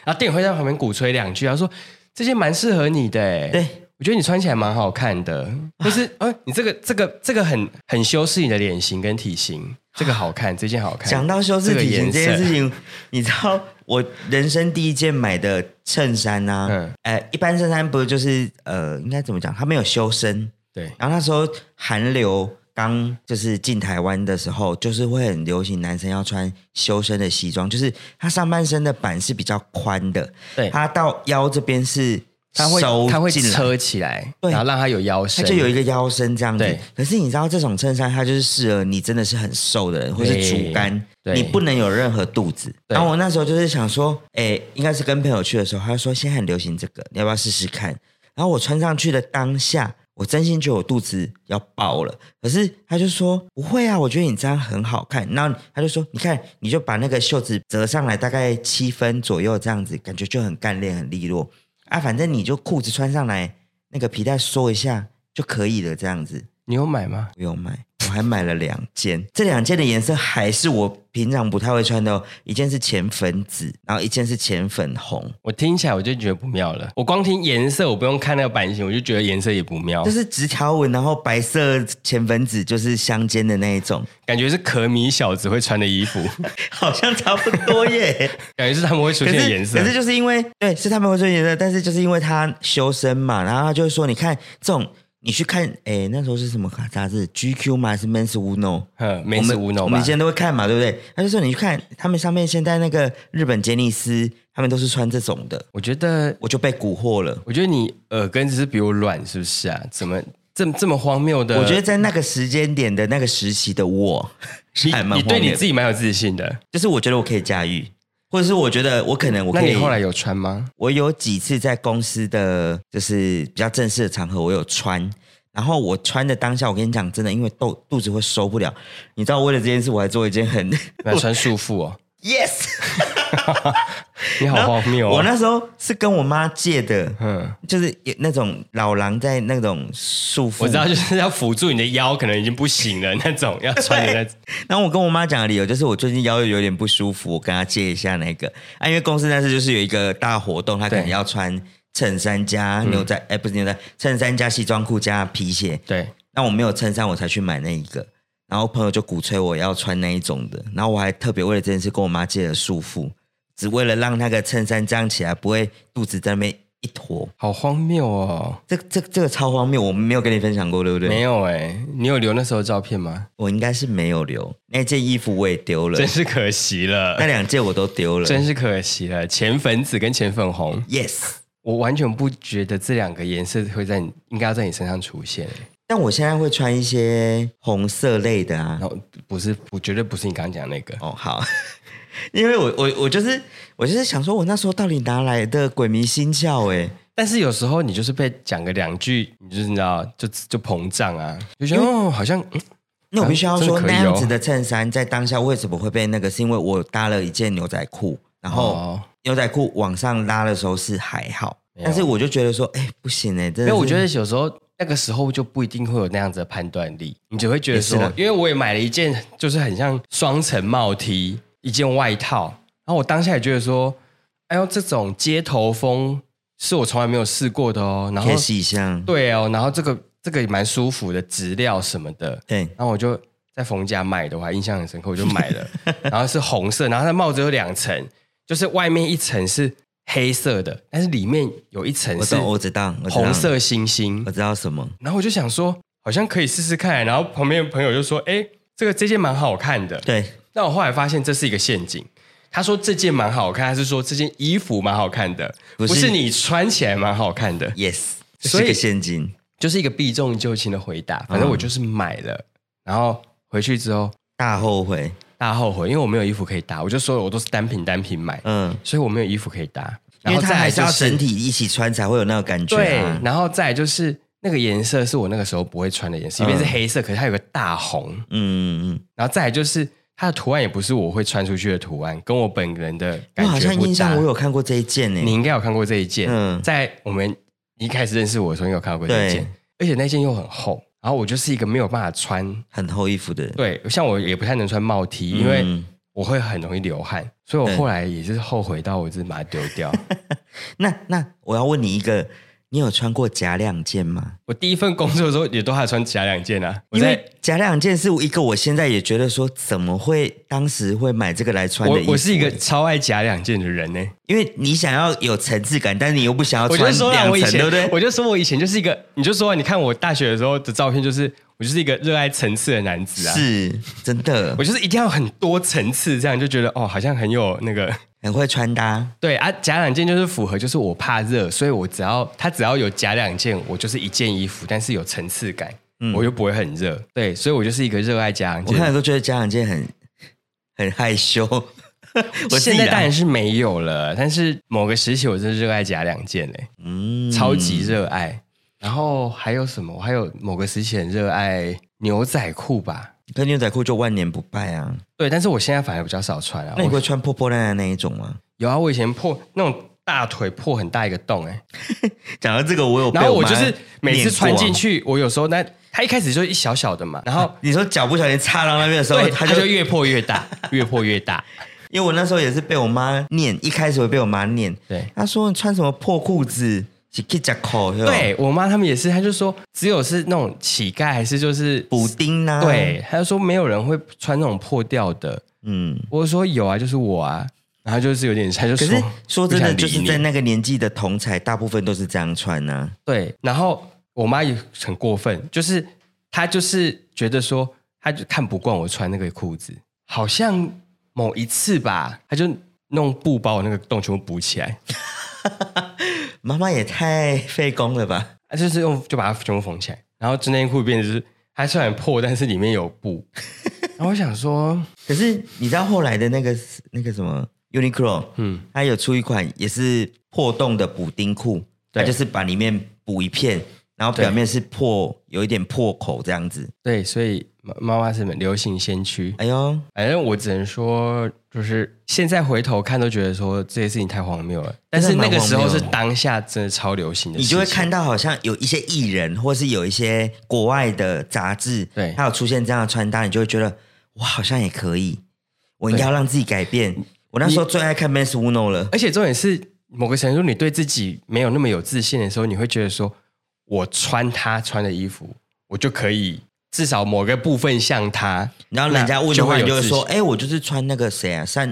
S2: 然后店员会在旁边鼓吹两句，他说这件蛮适合你的、欸，
S1: 对，
S2: 我觉得你穿起来蛮好看的，或是哎、你这个这个这个很很修饰你的脸型跟体型，这个好看，这件好看。
S1: 讲到修饰体型这
S2: 这个
S1: 件
S2: 颜色
S1: 事情，你知道我人生第一件买的衬衫啊，
S2: 嗯
S1: 呃，一般衬衫不是就是呃，应该怎么讲？它没有修身，
S2: 对
S1: 然后那时候韩流刚就是进台湾的时候，就是会很流行男生要穿修身的西装，就是他上半身的版是比较宽的，
S2: 对
S1: 他到腰这边是
S2: 它会
S1: 收
S2: 它会
S1: 进来
S2: 车起来，
S1: 对
S2: 然后让它有腰
S1: 它
S2: 身，
S1: 就有一个腰身这样子
S2: 对。
S1: 可是你知道，这种衬衫它就是适合你真的是很瘦的人，或是竹竿，
S2: 对
S1: 你不能有任何肚子。
S2: 对
S1: 然后我那时候就是想说，哎，应该是跟朋友去的时候，他就说现在很流行这个，你要不要试试看？然后我穿上去的当下，我真心觉得我肚子要爆了。可是他就说不会啊，我觉得你这样很好看。然后他就说，你看，你就把那个袖子折上来，大概七分左右这样子，感觉就很干练、很利落啊。反正你就裤子穿上来，那个皮带缩一下就可以了，这样子
S2: 你有买吗？
S1: 不用买。我还买了两件，这两件的颜色还是我平常不太会穿的哦。一件是浅粉紫，然后一件是浅粉红。
S2: 我听起来我就觉得不妙了。我光听颜色，我不用看那个版型，我就觉得颜色也不妙
S1: 就，是直条纹，然后白色浅粉紫，就是相间的那一种，
S2: 感觉是可米小子会穿的衣服，
S1: 好像差不多耶。
S2: 感觉是他们会出
S1: 可
S2: 现的
S1: 是
S2: 颜色
S1: 可。是就是因为对，是他们会做颜色，但是就是因为他修身嘛，然后他就会说，你看这种，你去看，哎，那时候是什么杂志？GQ 吗？还是 Men's Uno？
S2: 嗯，没死无脑
S1: 我们
S2: 吧
S1: 以？前都会看嘛，对不对？他就说你去看他们上面现在那个日本杰尼斯，他们都是穿这种的，
S2: 我觉得，
S1: 我就被蛊惑了。
S2: 我觉得你耳根子是比我软，是不是啊？怎么这这么荒谬的？
S1: 我觉得在那个时间点的那个时期的我，是还
S2: 你
S1: 蛮
S2: 你对
S1: 荒
S2: 你
S1: 谬的
S2: 自己蛮有自信的。
S1: 就是我觉得我可以驾驭，或者是我觉得我可能我
S2: 那
S1: 可以。
S2: 你后来有穿吗？
S1: 我有几次在公司的就是比较正式的场合，我有穿。然后我穿的当下，我跟你讲，真的，因为肚肚子会收不了。你知道，为了这件事，我还做一件很
S2: 那穿束缚哦，
S1: yes，
S2: 你好荒谬
S1: 我
S2: 哦。
S1: 那时候是跟我妈借的，
S2: 嗯，
S1: 就是有那种老狼在那种束缚，
S2: 我知道，就是要辅助你的腰，可能已经不行了那种，要穿的那种。
S1: 然后我跟我妈讲的理由就是我最近腰有点不舒服，我跟她借一下那个啊，因为公司那次就是有一个大活动，她可能
S2: 对
S1: 要穿衬衫加
S2: 嗯
S1: 牛仔，哎、不是牛仔，衬衫加西装裤加皮鞋。
S2: 对，
S1: 那我没有衬衫，我才去买那一个。然后朋友就鼓吹我要穿那一种的，然后我还特别为了这件事跟我妈借了束缚，只为了让那个衬衫这样起来不会肚子在那边一坨。
S2: 好荒谬哦。
S1: 这这这个超荒谬，我们没有跟你分享过，对不对？
S2: 没有哎、你有留那时候的照片吗？
S1: 我应该是没有留那件衣服，我也丢了
S2: 真，是可惜了
S1: 那，两件我都丢了。
S2: 真是可惜了。浅粉紫跟浅粉红，
S1: yes，
S2: 我完全不觉得这两个颜色会在你应该要在你身上出现、欸。
S1: 但我现在会穿一些红色类的啊
S2: 然。后不是，我绝对不是你刚刚讲的那个。
S1: 哦，好， 因为我我我就是我就是想说，我那时候到底哪来的鬼迷心窍哎、
S2: 但是有时候你就是被讲个两句，你就是你知道，就就膨胀啊，就觉得哦，好像、嗯
S1: 那我必须要说，
S2: 啊真的可
S1: 那
S2: 以哦
S1: 样子的衬衫在当下为什么会被那个？是因为我搭了一件牛仔裤，然后
S2: 哦，
S1: 牛仔裤往上拉的时候是还好，
S2: 没有
S1: 但是我就觉得说，哎、不行哎、真的
S2: 因为
S1: 是。
S2: 我觉得有时候那个时候就不一定会有那样子的判断力，你只会觉得说
S1: 也是啦，
S2: 因为我也买了一件就是很像双层帽 T，一件外套，然后我当下也觉得说，哎呦，这种街头风是我从来没有试过的哦，然后
S1: 贴洗一下，
S2: 对哦，然后这个这个也蛮舒服的，质料什么的，
S1: 对，
S2: 然后我就在冯家买的，我还印象很深刻，我就 买了，然后是红色，然后它帽子有两层，就是外面一层是黑色的，但是里面有一层
S1: 我
S2: 是
S1: 懂，我知道，我知道
S2: 红，色星星
S1: 我，知道什么。
S2: 然后我就想说，好像可以试试看，啊然后旁边的朋友就说，哎，这个这件蛮好看的，
S1: 对，
S2: 但我后来发现这是一个陷阱。他说这件蛮好看，他是说这件衣服蛮好看的，
S1: 不
S2: 不
S1: 是
S2: 是你穿起来蛮好看的，
S1: Yes，
S2: 所
S1: 是
S2: 以
S1: 个陷阱。
S2: 就是一个避重就轻的回答。反正我就是买了，
S1: 嗯
S2: 然后回去之后
S1: 大后悔。
S2: 大后悔，因为我没有衣服可以搭，我就说了我都是单品单品买，
S1: 嗯，
S2: 所以我没有衣服可以搭。
S1: 因
S2: 然
S1: 为
S2: 后再
S1: 它还
S2: 来
S1: 是
S2: 就
S1: 要
S2: 是
S1: 整体一起穿才会有那个感觉、
S2: 对
S1: 啊。，
S2: 然后再来就是那个颜色是我那个时候不会穿的颜
S1: 嗯
S2: 色，一边是黑色，可是它有个大红，
S1: 嗯嗯
S2: 然后再来就是它的图案也不是我会穿出去的图案，跟我本人的
S1: 嗯，
S2: 感
S1: 我好
S2: 觉
S1: 像
S2: 不
S1: 印象
S2: 搭
S1: 我。有看过这一件呢、
S2: 你应该有看过这一件，
S1: 嗯
S2: 在我们一开始认识我的时候，你有看过这一件
S1: 对，
S2: 而且那件又很厚，然后我就是一个没有办法穿
S1: 很厚衣服的人，
S2: 对，像我也不太能穿帽 T，因为
S1: 嗯
S2: 我会很容易流汗，所以我后来也是后悔到我就是把它丢掉。
S1: 那那我要问你一个，你有穿过假两件吗？
S2: 我第一份工作的时候也都还穿假两件啊，我
S1: 因
S2: 在
S1: 为假两件是一个我现在也觉得说怎么会当时会买这个来穿的衣
S2: 我
S1: 服欸
S2: 我是一个超爱假两件的人呢、
S1: 因为你想要有层次感，但是你又不想要
S2: 我
S1: 穿
S2: 就说啦，
S1: 两
S2: 我以
S1: 层，
S2: 前
S1: 对不对？
S2: 我就说我以前就是一个，你就说你看我大学的时候的照片，就是我就是一个热爱层次的男子啊。
S1: 是真的
S2: 我，就是一定要很多层次，这样就觉得哦，好像很有那个
S1: 很会穿搭，
S2: 对啊，假两件就是符合，就是我怕热，所以我只要它只要有假两件，我就是一件衣服，但是有层次感，我就不会很热。对，所以我就是一个热爱假两
S1: 嗯我看
S2: 件。
S1: 了都觉得家长件很很害 羞。我自
S2: 现
S1: 己啊
S2: 在
S1: 啦
S2: 当然是没有了，但是某个时期我真的热爱假两件嘞、
S1: 嗯
S2: 超级热爱。然后还有什么？我还有某个时期很热爱牛仔裤吧。
S1: 可牛仔裤就万年不败啊！
S2: 对，但是我现在反而比较少穿啊。
S1: 那你
S2: 我
S1: 会穿破破烂烂那一种吗？
S2: 有啊，我以前破那种大腿破很大一个洞哎、
S1: 讲到这个，我 有被
S2: 然后
S1: 我
S2: 我
S1: 妈
S2: 就是每次
S1: 念过
S2: 穿进
S1: 啊，
S2: 去，我有时候那它一开始就是一小小的嘛，然后
S1: 你说脚不小心插到那边的时候，
S2: 对
S1: 他
S2: 它
S1: 就
S2: 就越破 越大，越破越大。
S1: 因为我那时候也是被我妈念，一开始我被我妈念，
S2: 对
S1: 她说你穿什么破裤子，是 k i t 口，是吧，
S2: 对我妈他们也是，她就说只有是那种乞丐还是就是
S1: 补丁啊，，
S2: 对，她就说没有人会穿那种破掉的。
S1: 嗯。
S2: 我就说有啊，就是我啊，然后就是有点她就
S1: 可
S2: 说
S1: 是说真的，
S2: 不
S1: 就
S2: 想理
S1: 是
S2: 你
S1: 在那个年纪的同才，大部分都是这样穿呐、啊。
S2: 对，然后我妈也很过分，就是她就是觉得说，她就看不惯我穿那个裤子，好像某一次吧，她就弄布把我那个洞全部补起来，
S1: 妈妈也太费工了吧？
S2: 她就是用就把它全部缝起来，然后就那件裤变成就是它虽然破，但是里面有布。 然后我想说，
S1: 可是你知道后来的那个那个什么 Uniqlo，嗯
S2: 嗯，
S1: 它有出一款也是破洞的补丁裤，它
S2: 对
S1: 就是把里面补一片，然后表面是破，有一点破口这样子。
S2: 对，所以妈妈妈是流行先驱。
S1: 哎呦，
S2: 反正我只能说，就是现在回头看都觉得说这些事情太荒谬了。但是那个时候是当下真的超流行的事
S1: 你
S2: 情，
S1: 就会看到好像有一些艺人，或是有一些国外的杂志，
S2: 对
S1: 它有出现这样的穿搭，你就会觉得我好像也可以，我应该要让自己改变。我那时候最爱看 Men's Uno 了，
S2: 而且重点是，某个程度你对自己没有那么有自信的时候，你会觉得说，我穿他穿的衣服，我就可以至少某个部分像他。
S1: 然后人家问
S2: 那
S1: 的
S2: 就
S1: 话，
S2: 会
S1: 你
S2: 有
S1: 就会说：“
S2: 自
S1: 哎，我就是穿那个谁啊，山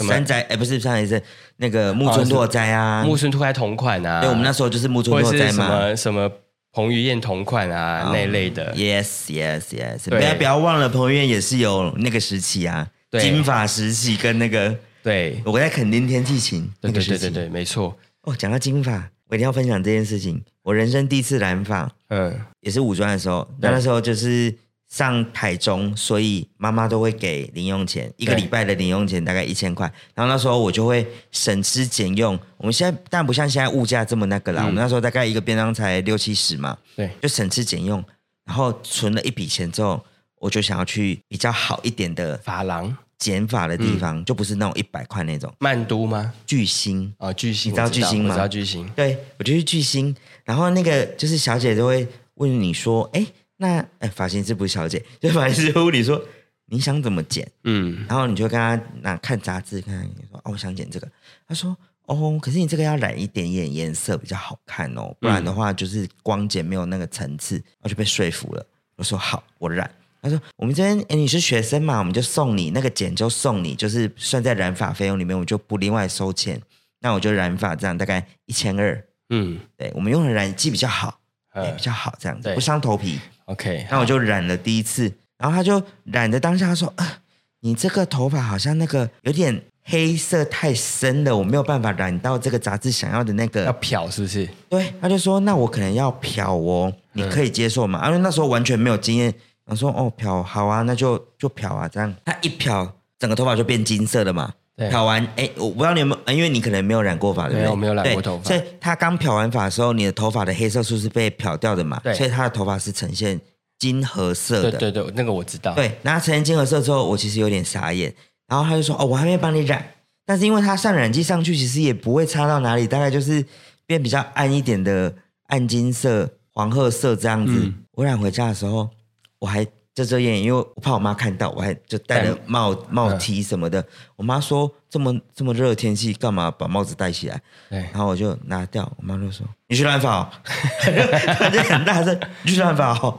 S2: 么
S1: 山宅，哎，不是山宅是那个木村拓哉啊。
S2: 木村拓哉同款啊，
S1: 对，我们那时候就是木村
S2: 或
S1: 拓
S2: 者
S1: 哉
S2: 是什
S1: 嘛。
S2: 么什么彭于晏同款
S1: 哦
S2: 啊那一类的。
S1: Yes, yes, yes。
S2: 对
S1: 不要不要忘了，彭于晏也是有那个时期啊，
S2: 对
S1: 金发时期跟那个
S2: 对
S1: 我在垦丁天气晴那
S2: 对
S1: 个
S2: 对
S1: 时
S2: 对对
S1: 期。
S2: 对，没错。
S1: 哦，讲到金发，我一定要分享这件事情。我人生第一次染发，
S2: 嗯，
S1: 也是五专的时候，那
S2: 对
S1: 那时候就是上台中，所以妈妈都会给零用钱，一个
S2: 对
S1: 礼拜的零用钱大概一千块。然后那时候我就会省吃俭用。我们现在但不像现在物价这么那
S2: 嗯
S1: 个啦，我们那时候大概一个便当才六七十嘛，
S2: 对
S1: 就省吃俭用。然后存了一笔钱之后，我就想要去比较好一点的
S2: 发廊
S1: 减法的
S2: 嗯
S1: 地方，就不是那种一百块那种
S2: 曼都吗？
S1: 巨星。
S2: 哦，巨星，
S1: 你知道
S2: 我
S1: 巨星吗
S2: 我知道巨星。
S1: 对，我就去巨星，然后那个就是小姐就会问你说，哎，那哎发型师不是小姐，就发型师会问你说你想怎么剪，
S2: 嗯，
S1: 然后你就跟她拿看杂志，看你说哦我想剪这个，她说哦，可是你这个要染一点点颜色比较好看哦，不然的话就是光剪没有那个层次，我就被说服了，我说好，我染。她说：“我们这边，哎，你是学生嘛，我们就送你那个剪，就送你，就是算在染发费用里面，我就不另外收钱。那我就染发，这样大概一千二，
S2: 嗯
S1: 对我们用的染剂比较好，对，
S2: 嗯
S1: 比较好这样子，
S2: 对
S1: 不伤头皮。
S2: ，OK，
S1: 那我就染了第一次，然后他就染的当下他说：“啊，你这个头发好像那个有点黑色太深了，我没有办法染到这个杂志想要的那
S2: 要
S1: 个。
S2: 漂是不是？”
S1: 对，他就说：“那我可能要漂哦，
S2: 嗯
S1: 你可以接受吗？”因啊为那时候完全没有经验，我说：“哦，漂好啊，那就就漂啊。”这样他一漂，整个头发就变金色了嘛。
S2: 对
S1: 漂完，哎，我不知道你有没有，呃因为你可能没有染过发，对不对？
S2: 没有没有染过
S1: 对
S2: 头发
S1: 所以他刚漂完发的时候，你的头发的黑色素是被漂掉的嘛？
S2: 对
S1: 所以他的头发是呈现金褐色的。
S2: 对对对，那个我知道。
S1: 对，然后呈现金褐色之后，我其实有点傻眼，然后他就说：“哦，我还没帮你染。”但是因为他上染剂上去，其实也不会差到哪里，大概就是变比较暗一点的暗金色、黄褐色这样子。
S2: 嗯
S1: 我染回家的时候，我还遮遮掩掩，因为我怕我妈看到，我还就戴了
S2: 戴
S1: 帽帽 T 什么的。我妈说：“这么这么热的天气，干嘛把帽子戴起来？”
S2: 对
S1: 然后我就拿掉，我妈就说：“你去染发、哦。”她就很大声：“ 你去染发、哦。”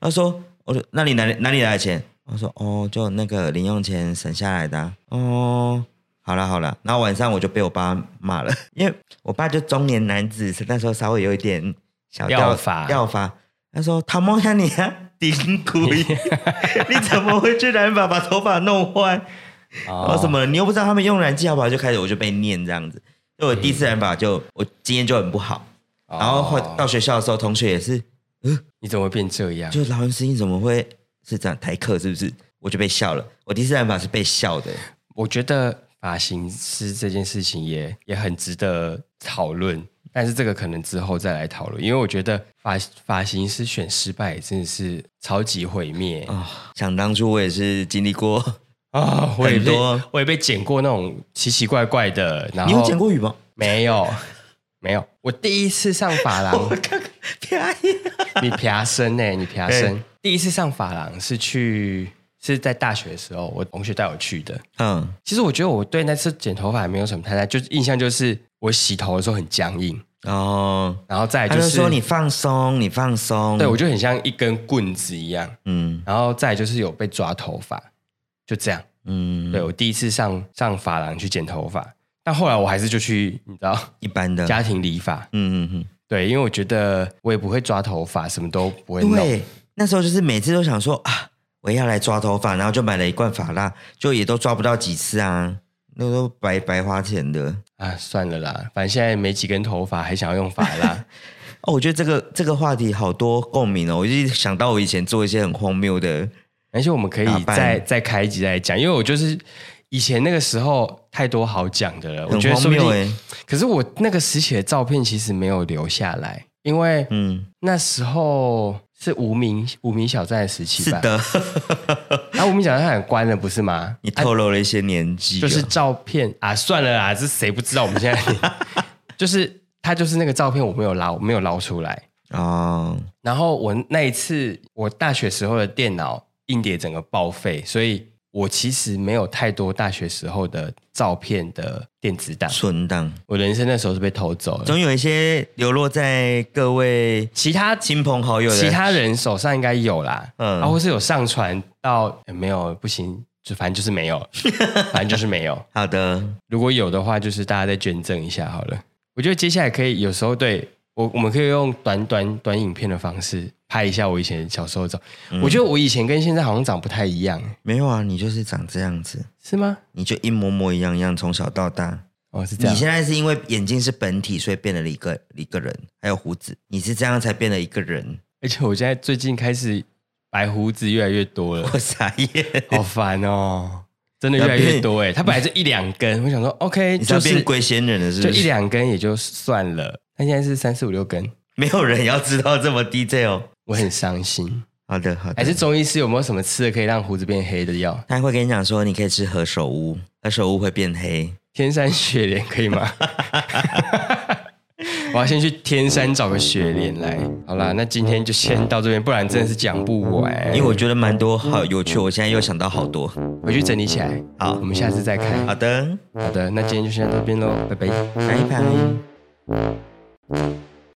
S1: 她说：“我说那你哪里哪里来的钱？”我说：“哦，就那个零用钱省下来的啊、哦，好了好了。然后晚上我就被我爸骂了， 因为我爸就中年男子，那时候稍微有一点小
S2: 掉
S1: 掉
S2: 发
S1: 掉发。他说：“他摸下 你啊，顶骨，你怎么会去染发把头发弄坏？”
S2: 哦
S1: 然后什么，你又不知道他们用染剂好不好，就开始我就被念这样子。所以我第一次染发就我经验就很不好，
S2: 嗯哦？
S1: 然后后
S2: 哦
S1: 到学校的时候，同学也是，
S2: 你怎么会变这样？
S1: 就老师你怎么会是这样台客是不是？我就被笑了。我第一次染发是被笑的，
S2: 我觉得发型师这件事情也也很值得讨论，但是这个可能之后再来讨论，因为我觉得发发型师选失败真的是超级毁灭
S1: 啊、想当初我也是经历过。
S2: 啊！我也
S1: 很
S2: 被
S1: 多
S2: 我也被剪过那种奇奇怪怪的，然
S1: 你
S2: 后
S1: 有剪过羽 毛？
S2: 没有？没有，我第一次上发 廊，
S1: 啪
S2: 你爬升呢、你爬
S1: 哎
S2: 升。第一次上发廊是去是在大学的时候，我同学带我去的。
S1: 嗯，
S2: 其实我觉得我对那次剪头发没有什么太大，就是印象就是我洗头的时候很僵硬，
S1: 哦，
S2: 然后再来
S1: 他
S2: 哎就
S1: 就是说你放松，你放松。
S2: 对我就很像一根棍子一样，
S1: 嗯
S2: 然后再来就是有被抓头发，就这样。
S1: 嗯，
S2: 对我第一次上上发廊去剪头发，但后来我还是就去你知道
S1: 一般的，
S2: 家庭理发，
S1: 嗯嗯嗯，
S2: 对，因为我觉得我也不会抓头发，什么都不会弄。
S1: 对，那时候就是每次都想说啊，我要来抓头发，然后就买了一罐发蜡，就也都抓不到几次啊，那都白白花钱的。
S2: 啊，算了啦，反正现在没几根头发，还想要用发蜡。
S1: 哦，我觉得这个这个话题好多共鸣哦，我就想到我以前做一些很荒谬的，
S2: 而且我们可以
S1: 打扮
S2: 再再开一集再讲，因为我就是以前那个时候太多好讲的了，我
S1: 很
S2: 觉得
S1: 荒
S2: 说不
S1: 谬
S2: 定。
S1: 哎，
S2: 可是我那个时期的照片其实没有留下来，因为
S1: 嗯，
S2: 那时候是无名无名小站的时期
S1: 是
S2: 吧？
S1: 的，
S2: 然后无名小站也关了，不是吗？
S1: 你透露了一些年纪、
S2: 就是照片啊，算了啦，这谁不知道？我们现在 就是他就是那个照片，我没有捞，没有捞出来。
S1: 哦，
S2: 然后我那一次，我大学时候的电脑硬碟整个报废，所以我其实没有太多大学时候的照片的电子档。
S1: 存档，
S2: 我人生那时候是被偷走了，
S1: 总有一些流落在各位
S2: 其他
S1: 亲朋好友的，
S2: 其他人手上应该有啦，
S1: 嗯
S2: 嗯，啊，或是有上传到、呃没有不行，就反正就是没 有，反正就是没有。
S1: 好的，
S2: 如果有的话，就是大家再捐赠一下好了。我觉得接下来可以有时候对我，我们可以用短短短影片的方式拍一下我以前小时候的照。
S1: 嗯
S2: 我觉得我以前跟现在好像长不太一样，
S1: 没有啊，你就是长这样子，
S2: 是吗？
S1: 你就一模模一样样，从小到大。
S2: 哦，是这
S1: 你
S2: 样。
S1: 现在是因为眼睛是本体，所以变了一个一个人，还有胡子，你是这样才变了一个人。
S2: 而且我现在最近开始白胡子越来越多 了，
S1: 我傻眼，
S2: 好烦哦，真的越来越多哎。它本来就一两根，我想说 OK，
S1: 你是要
S2: 就
S1: 变
S2: 是
S1: 龟仙人了，是
S2: 就
S1: 不
S2: 一
S1: 是？
S2: 两根也就算了，但现在是三四五六根，
S1: 没有人要知道这么 detail。
S2: 我很伤心。
S1: 好的，好的。
S2: 还是中医师有没有什么吃的可以让胡子变黑的药？
S1: 他会跟你讲说，你可以吃何首乌，何首乌会变黑。
S2: 天山雪莲可 以吗？我要先去天山找个雪莲来。好啦，那今天就先到这边，不然真的是讲不完。
S1: 因为我觉得蛮多
S2: 嗯
S1: 好有趣，我现在又想到好多。
S2: 回去整理起来。
S1: 好
S2: 我们下次再开。
S1: 好的，
S2: 好的，那今天就先到这边喽，拜拜。
S1: 拜拜。